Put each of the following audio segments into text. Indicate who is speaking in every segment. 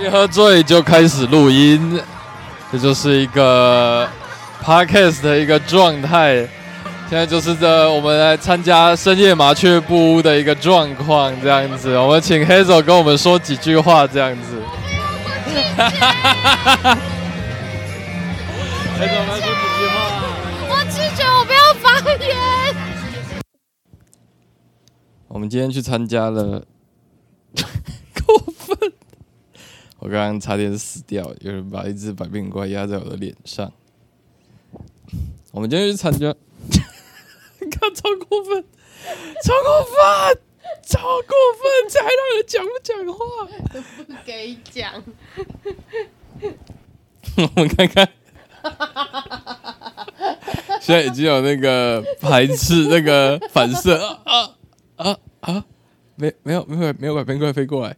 Speaker 1: 一喝醉就开始录音，这就是一个 podcast 的一个状态。现在就是这，我们来参加深夜麻雀布屋的一个状况，这样子。我们请 Hazel 跟我们说几句话，这样子。Hazel 来说几句话。
Speaker 2: 我拒绝，我不要发言。
Speaker 1: 我们今天去参加了， 过分！我刚刚差点死掉，有人把一只百变怪压在我的脸上。我们今天去参加， 看超过分，超过分，超过分，才让人讲不讲话？
Speaker 2: 不给你讲，
Speaker 1: 我们看看，现在已经有那个排斥那个反射啊啊啊啊！没没有没有没有把冰块飞过来，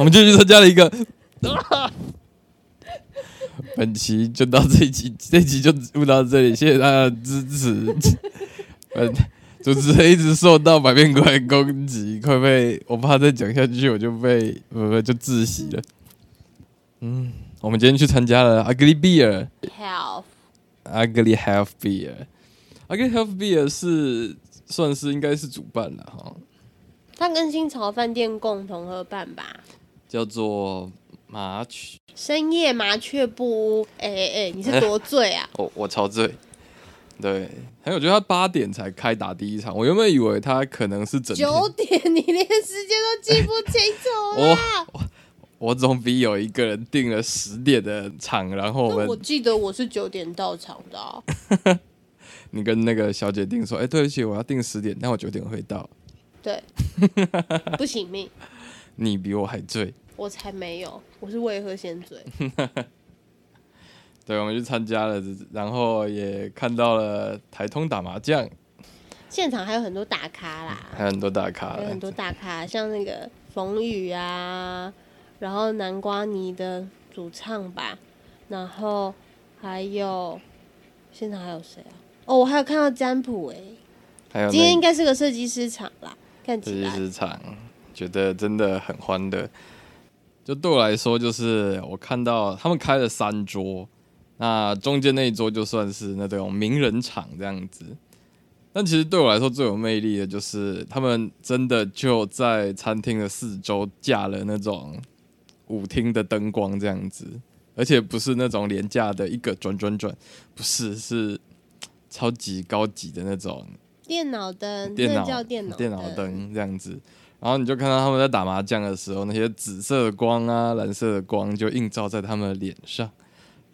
Speaker 1: 我们就去参加了一个。啊本期就到这一集，这一集就录到这里，谢谢大家的支持。本主持人一直受到百变怪攻击，快被我怕再讲下去我就被不不就窒息了。我们今天去参加了 Ugly Beer。
Speaker 2: 好，
Speaker 1: Ugly Half Beer。Ugly Half Beer 是算是应该是主办了哈，
Speaker 2: 他跟新潮饭店共同合办吧？
Speaker 1: 叫做麻雀。
Speaker 2: 深夜麻雀布屋，哎哎哎，你是多 醉啊？
Speaker 1: 哦我我超醉。对，还有我觉得他八点才开打第一场，我原本以为他可能是整天。
Speaker 2: 九点，你连时间都记不清楚啊
Speaker 1: 我
Speaker 2: 啦。
Speaker 1: 我我总比有一个人定了十点的场，然后我
Speaker 2: 但我
Speaker 1: 们
Speaker 2: 记得我是九点到场 的、啊，
Speaker 1: 你跟那个小姐定说，哎、对不起，我要定十点，但我九点会到。
Speaker 2: 对，不行命，
Speaker 1: 你比我还醉。
Speaker 2: 我才没有，我是未喝先醉。
Speaker 1: 对，我们去参加了，然后也看到了台通打麻将，
Speaker 2: 现场还有很多打咖啦，
Speaker 1: 还有很多大咖
Speaker 2: 还有很多大咖，像那个冯宇啊，然后南瓜泥的主唱吧，然后还有现场还有谁啊？哦，我还有看到占卜哎、
Speaker 1: 还有
Speaker 2: 今天应
Speaker 1: 啊那
Speaker 2: 该是个设计师场啦，看
Speaker 1: 设
Speaker 2: 起
Speaker 1: 计
Speaker 2: 来
Speaker 1: 市场，觉得真的很欢乐。就对我来说，就是我看到他们开了三桌，那中间那一桌就算是那种名人场这样子。但其实对我来说最有魅力的就是他们真的就在餐厅的四周架了那种舞厅的灯光这样子，而且不是那种廉价的一个转转转，不是是超级高级的那种
Speaker 2: 电脑灯，
Speaker 1: 电
Speaker 2: 那
Speaker 1: 脑
Speaker 2: 叫电脑嗯
Speaker 1: 电脑，灯这样子。然后你就看到他们在打麻将的时候，那些紫色的光啊、蓝色的光就映照在他们的脸上。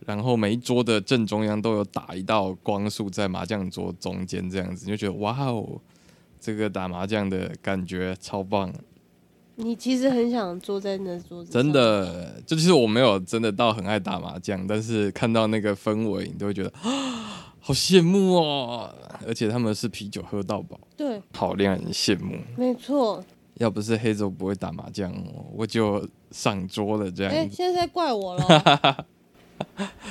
Speaker 1: 然后每一桌的正中央都有打一道光束在麻将桌中间，这样子你就觉得哇哦，这个打麻将的感觉超棒，
Speaker 2: 你其实很想坐在那桌子，
Speaker 1: 真。的。就其实我没有真的到很爱打麻将，但是看到那个氛围，你都会觉得啊，好羡慕哦。而且他们是啤酒喝到饱，
Speaker 2: 对，
Speaker 1: 好令人羡慕。
Speaker 2: 没错。
Speaker 1: 要不是黑总不会打麻将，我就上桌了这
Speaker 2: 哎、
Speaker 1: 样子。
Speaker 2: 现在在怪我了。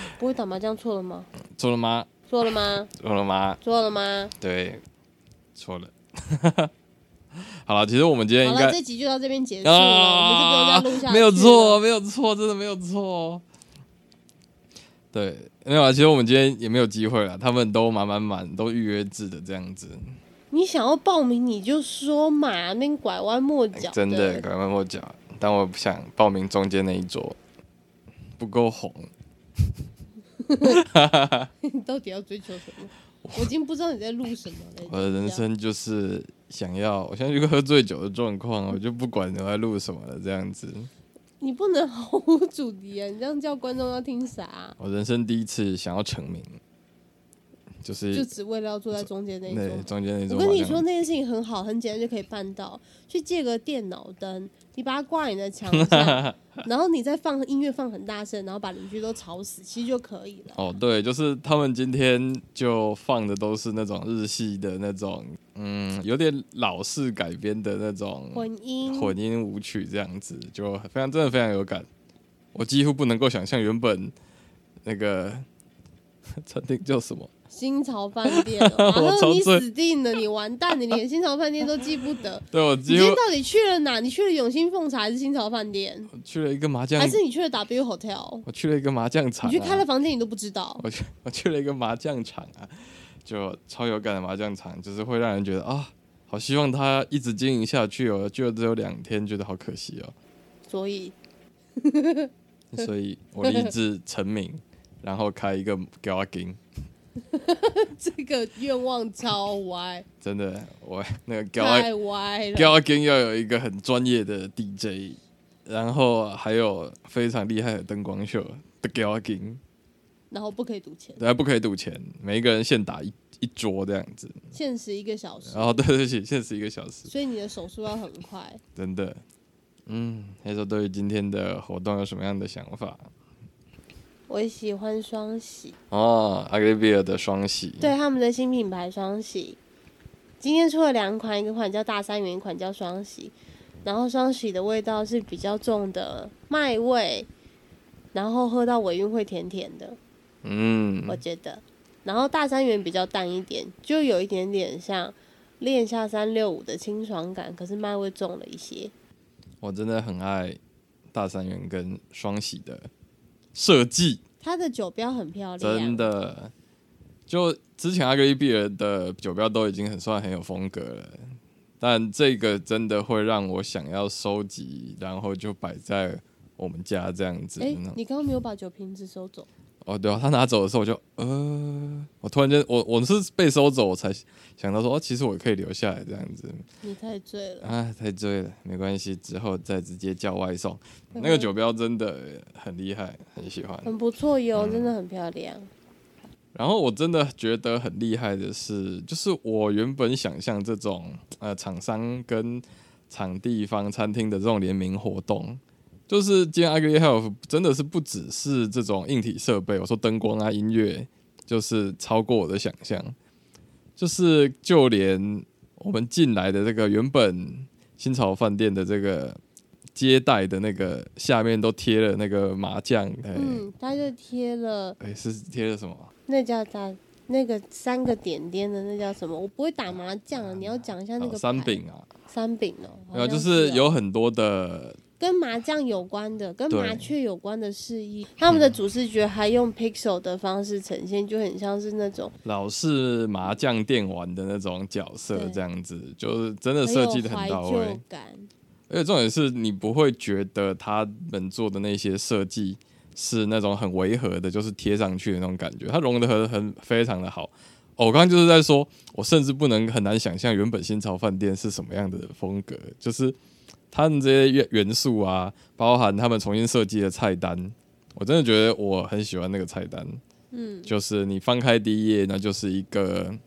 Speaker 2: 不会打麻将错了吗？
Speaker 1: 错了吗？
Speaker 2: 错了吗？
Speaker 1: 错了吗？
Speaker 2: 错了吗？
Speaker 1: 对，错了。 好了，其实我们今天
Speaker 2: 好
Speaker 1: 应
Speaker 2: 了，
Speaker 1: 该啊
Speaker 2: 这集就到这边结束了，我们就不用再录下去了。
Speaker 1: 没有错，没有错，真的没有错。对，没有啊。其实我们今天也没有机会了，他们都满满满，都预约制的这样子，
Speaker 2: 你想要报名你就说嘛，那边拐弯抹角
Speaker 1: 哎真的
Speaker 2: 的。
Speaker 1: 拐弯抹角。但我不想报名中间那一桌，不够红。
Speaker 2: 你到底要追求什么？我已经不知道你在录什么了。
Speaker 1: 我的人生就是想要，我现在就喝醉酒的状况，我就不管我在录什么了，这样子。
Speaker 2: 你不能毫无主题啊！你这样叫观众要听啥、
Speaker 1: 我人生第一次想要成名，就
Speaker 2: 就是只为了要坐在中间那一
Speaker 1: 对
Speaker 2: 桌。
Speaker 1: 中间那种。
Speaker 2: 我跟你说，，那件事情很好，很简单就可以办到。去借个电脑灯，你把它挂你的墙 上，然后你再放音乐放很大声，然后把邻居都吵死，其实就可以了。
Speaker 1: 哦，对，就是他们今天就放的都是那种日系的那种，嗯，有点老式改编的那种
Speaker 2: 混音，
Speaker 1: 混音舞曲这样子，就非常真的非常有感。我几乎不能够想象原本那个 餐厅叫什么？
Speaker 2: 新潮饭店、 哦，
Speaker 1: 我
Speaker 2: 然后
Speaker 1: 超
Speaker 2: 你
Speaker 1: 醉
Speaker 2: 死定了，你完 蛋了，你连新潮饭店都记不得。
Speaker 1: 对我
Speaker 2: 你
Speaker 1: 几
Speaker 2: 今天
Speaker 1: 乎
Speaker 2: 到底去了哪？你去了永兴凤茶还是新潮饭店？
Speaker 1: 去了一个麻将
Speaker 2: 还，是你去了 W Hotel？
Speaker 1: 我去了一个麻将场、
Speaker 2: 你
Speaker 1: 啊，
Speaker 2: 去开了房间，你都不知道。
Speaker 1: 我去 我去了一个麻将场啊，就超有感的麻将场，就是会让人觉得啊，好希望它一直经营下去哦，就只有两天，觉得好可惜 哦。
Speaker 2: 所以
Speaker 1: 所以我立志成名， 然后开一个给我金，
Speaker 2: 这个愿望超歪，
Speaker 1: 真的，我那个 给我
Speaker 2: 太歪
Speaker 1: 给
Speaker 2: 了。
Speaker 1: 我金要有一个很专业的 DJ，然后还有非常厉害的灯光秀的给我金，
Speaker 2: 然后不可以赌钱，
Speaker 1: 大家不可以赌钱，每一个人限打一一桌这样子，
Speaker 2: 限时一个小时
Speaker 1: 然，后对不起，限时一个小时。
Speaker 2: 所以你的手速要很快。
Speaker 1: 真的。嗯，黑手对于今天的活动有什么样的想法？
Speaker 2: 我也喜欢双喜，
Speaker 1: 哦，阿格比尔的双喜，
Speaker 2: 对他们的新品牌双喜，今天出了两款，一个款叫大三元，一款叫双喜。然后双喜的味道是比较重的麦味，然后喝到尾韵会甜甜的，我
Speaker 1: 嗯，
Speaker 2: 觉得。然后大三元比较淡一点，就有一点点像恋下三六五的清爽感，可是麦味重了一些。
Speaker 1: 我真的很爱大三元跟双喜的设计，
Speaker 2: 它的酒标很漂亮，
Speaker 1: 真的。就之前阿格比尔的酒标都已经很算很有风格了，但这个真的会让我想要收集，然后就摆在我们家这样子。
Speaker 2: 哎、
Speaker 1: 那种
Speaker 2: 你刚刚没有把酒瓶子收走，
Speaker 1: 哦，对啊，他拿走的时候我就呃，我突然间我我是被收走，我才想到说哦，其实我可以留下来这样子。
Speaker 2: 你太醉了。
Speaker 1: 啊，太醉了，没关系，之后再直接叫外送。那个酒标真的很厉害，很喜欢。
Speaker 2: 很不错哟，
Speaker 1: 嗯
Speaker 2: 真的很漂亮。
Speaker 1: 然后我真的觉得很厉害的是，就是我原本想象这种呃厂商跟场地方餐厅的这种联名活动，就是今天 Ugly Health 真的是不只是这种硬体设备，我说灯光啊、音乐，就是超过我的想象，就是就连我们进来的这个原本新潮饭店的这个接待的那个下面都贴了那个麻将，哎、
Speaker 2: 嗯，他就贴了
Speaker 1: 哎是贴了什么？
Speaker 2: 那叫啥？那个三个点点的那叫什么？我不会打麻将啊，你要讲一下那
Speaker 1: 哦
Speaker 2: 个
Speaker 1: 三
Speaker 2: 牌
Speaker 1: 饼啊，
Speaker 2: 三饼哦，好
Speaker 1: 没有，
Speaker 2: 像
Speaker 1: 就是
Speaker 2: 哦
Speaker 1: 有很多的，
Speaker 2: 跟麻将有关的、跟
Speaker 1: 对嗯
Speaker 2: 麻雀有关的示意。他们的主视觉还用 pixel 的方式呈现，就很像是那种
Speaker 1: 老是麻将电玩的那种角色，
Speaker 2: 对
Speaker 1: 这样子，就是真的
Speaker 2: 很
Speaker 1: 设
Speaker 2: 有
Speaker 1: 计的
Speaker 2: 怀
Speaker 1: 很到
Speaker 2: 旧
Speaker 1: 位。
Speaker 2: 感。
Speaker 1: 而且重点是你不会觉得他们做的那些设计是那种很违和的，就是贴上去的那种感觉，它融合的很非常的好。哦，我刚刚就是在说，我甚至不能很难想象原本新潮饭店是什么样的风格，就是他们这些元元素啊，包含他们重新设计的菜单，我真的觉得我很喜欢那个菜单。
Speaker 2: 嗯
Speaker 1: 就是你翻开第一页，那就是一个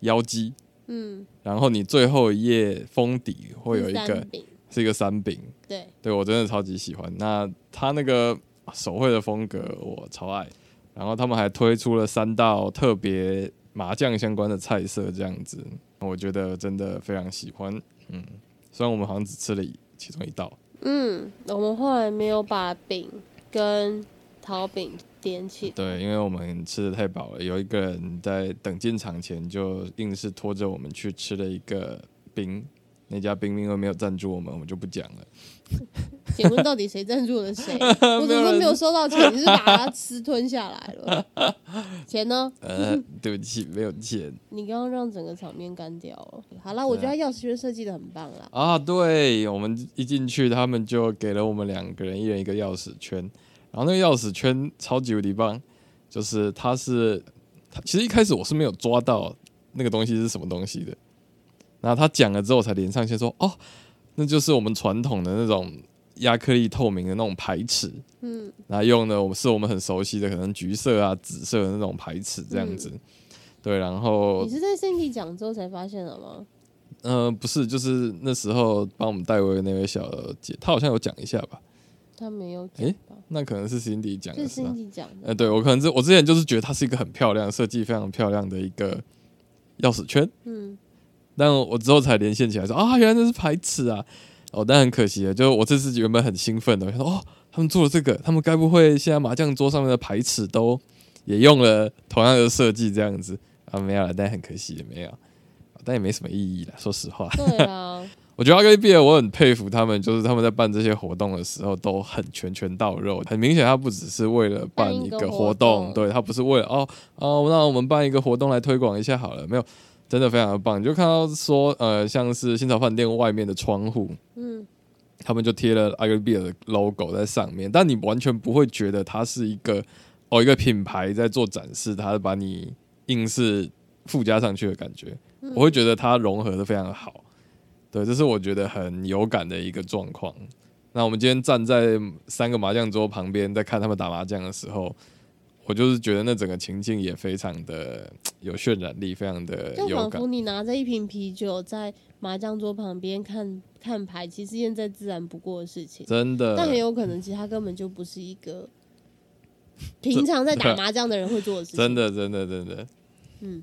Speaker 1: 妖姬，
Speaker 2: 嗯，
Speaker 1: 然后你最后一页封底会有一
Speaker 2: 三
Speaker 1: 个
Speaker 2: 饼，
Speaker 1: 是一个三饼，
Speaker 2: 对，
Speaker 1: 对我真的超级喜欢。那他那个手绘的风格我超爱，然后他们还推出了三道特别麻将相关的菜色，这样子我觉得真的非常喜欢。嗯，虽然我们好像只吃了一其中一道，
Speaker 2: 嗯，我们后来没有把饼跟桃饼点起
Speaker 1: 对，因为我们吃的太饱了，有一个人在等进场前就硬是拖着我们去吃了一个冰，那家冰因为没有赞助我们，我们就不讲了。
Speaker 2: 请问到底谁赞助 了谁？我怎么会没有收到钱？你是把它吃吞下来了？ 钱呢？
Speaker 1: 呃，对不起，没有钱
Speaker 2: 你刚刚让整个场面干掉了。好啦，我觉得钥匙圈设计的很棒啦。
Speaker 1: 啊。对，我们一进去，他们就给了我们两个人一人一个钥匙圈，然后那个钥匙圈超级无敌棒，就是它是，它其实一开始我是没有抓到那个东西是什么东西的，然后他讲了之后我才连上线说，哦，那就是我们传统的那种亚克力透明的那种排尺，
Speaker 2: 嗯，
Speaker 1: 然后用的我们是我们很熟悉的，可能橘色啊、紫色的那种排尺这样子。对，然后
Speaker 2: 嗯你是在 Cindy 讲之后才发现的吗？
Speaker 1: 呃，不是，就是那时候帮我们带回的那位小姐，她好像有讲一下吧？
Speaker 2: 他没有讲
Speaker 1: 诶
Speaker 2: 吧？
Speaker 1: 那可能是 Cindy 讲
Speaker 2: 是
Speaker 1: 的是吗？
Speaker 2: Cindy 讲的。
Speaker 1: 呃，对我可能是我之前就是觉得它是一个很漂亮、设计非常漂亮的一个钥匙圈，
Speaker 2: 嗯，
Speaker 1: 但我之后才连线起来说啊，原来那是排尺啊！哦，但很可惜啊，就是我这次原本很兴奋的，我想说哦，他们做了这个，他们该不会现在麻将桌上面的排尺都也用了同样的设计这样子啊，没有了，但很可惜也没有，但也没什么意义了，说实话。
Speaker 2: 对啊，
Speaker 1: 我觉得阿哥毕业，我很佩服他们，就是他们在办这些活动的时候都很拳拳到肉。很明显，他不只是为了办一
Speaker 2: 办一
Speaker 1: 个
Speaker 2: 个
Speaker 1: 活
Speaker 2: 活
Speaker 1: 动，
Speaker 2: 动
Speaker 1: 对他不是为了哦哦，那我们办一个活动来推广一下好了，没有，真的非常的棒。你就看到说，呃，像是新潮饭店外面的窗户，
Speaker 2: 嗯，
Speaker 1: 他们就贴了 i g b 的 logo 在上面，但你完全不会觉得它是一个哦一个品牌在做展示，它把你硬是附加上去的感觉，
Speaker 2: 嗯
Speaker 1: 我会觉得它融合的非常的好。对，这是我觉得很有感的一个状况。那我们今天站在三个麻将桌旁边，在看他们打麻将的时候，我就是觉得那整个情境也非常的有渲染力，非常的
Speaker 2: 就
Speaker 1: 有
Speaker 2: 仿
Speaker 1: 感
Speaker 2: 佛。你拿着一瓶啤酒在麻将桌旁边看看牌，其实现在自然不过的事情。
Speaker 1: 真的，
Speaker 2: 但很有可能，其实他根本就不是一个平常在打麻将的人会做的事情。
Speaker 1: 真，的，真的，真的，
Speaker 2: 嗯，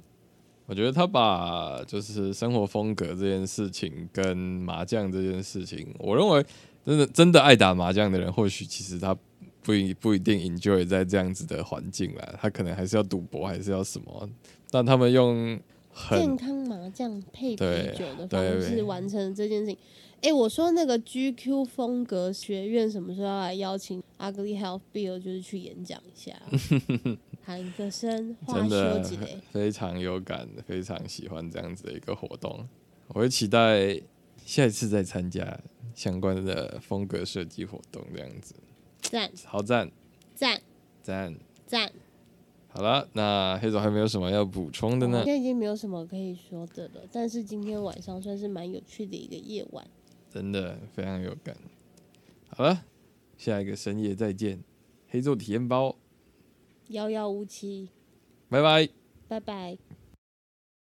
Speaker 1: 我觉得他把就是生活风格这件事情跟麻将这件事情，我认为真的真的爱打麻将的人，或许其实他不一不一定 enjoy 在这样子的环境啦，他可能还是要赌博，还是要什么，但他们用
Speaker 2: 健
Speaker 1: 很
Speaker 2: 康麻将配啤
Speaker 1: 对
Speaker 2: 酒的
Speaker 1: 对
Speaker 2: 方式完成这件事情。哎、我说那个 GQ 风格学院什么时候要来邀请 Ugly Health Bill，就是去演讲 一下，喊一个声，话
Speaker 1: 真
Speaker 2: 说
Speaker 1: 的
Speaker 2: 几嘞，
Speaker 1: 非常有感，非常喜欢这样子的一个活动，我会期待下一次再参加相关的风格设计活动，这样子，
Speaker 2: 赞
Speaker 1: 好赞
Speaker 2: 赞
Speaker 1: 赞。
Speaker 2: 赞！
Speaker 1: 好了，那黑总还没有什么要补充的
Speaker 2: 我
Speaker 1: 呢
Speaker 2: 现？在已经没有什么可以说的了，但是今天晚上算是蛮有趣的一个夜晚。
Speaker 1: 真的非常有感。好了，下一个深夜再见，黑昼体验包，
Speaker 2: 遥遥无期，
Speaker 1: 拜拜。
Speaker 2: 拜拜。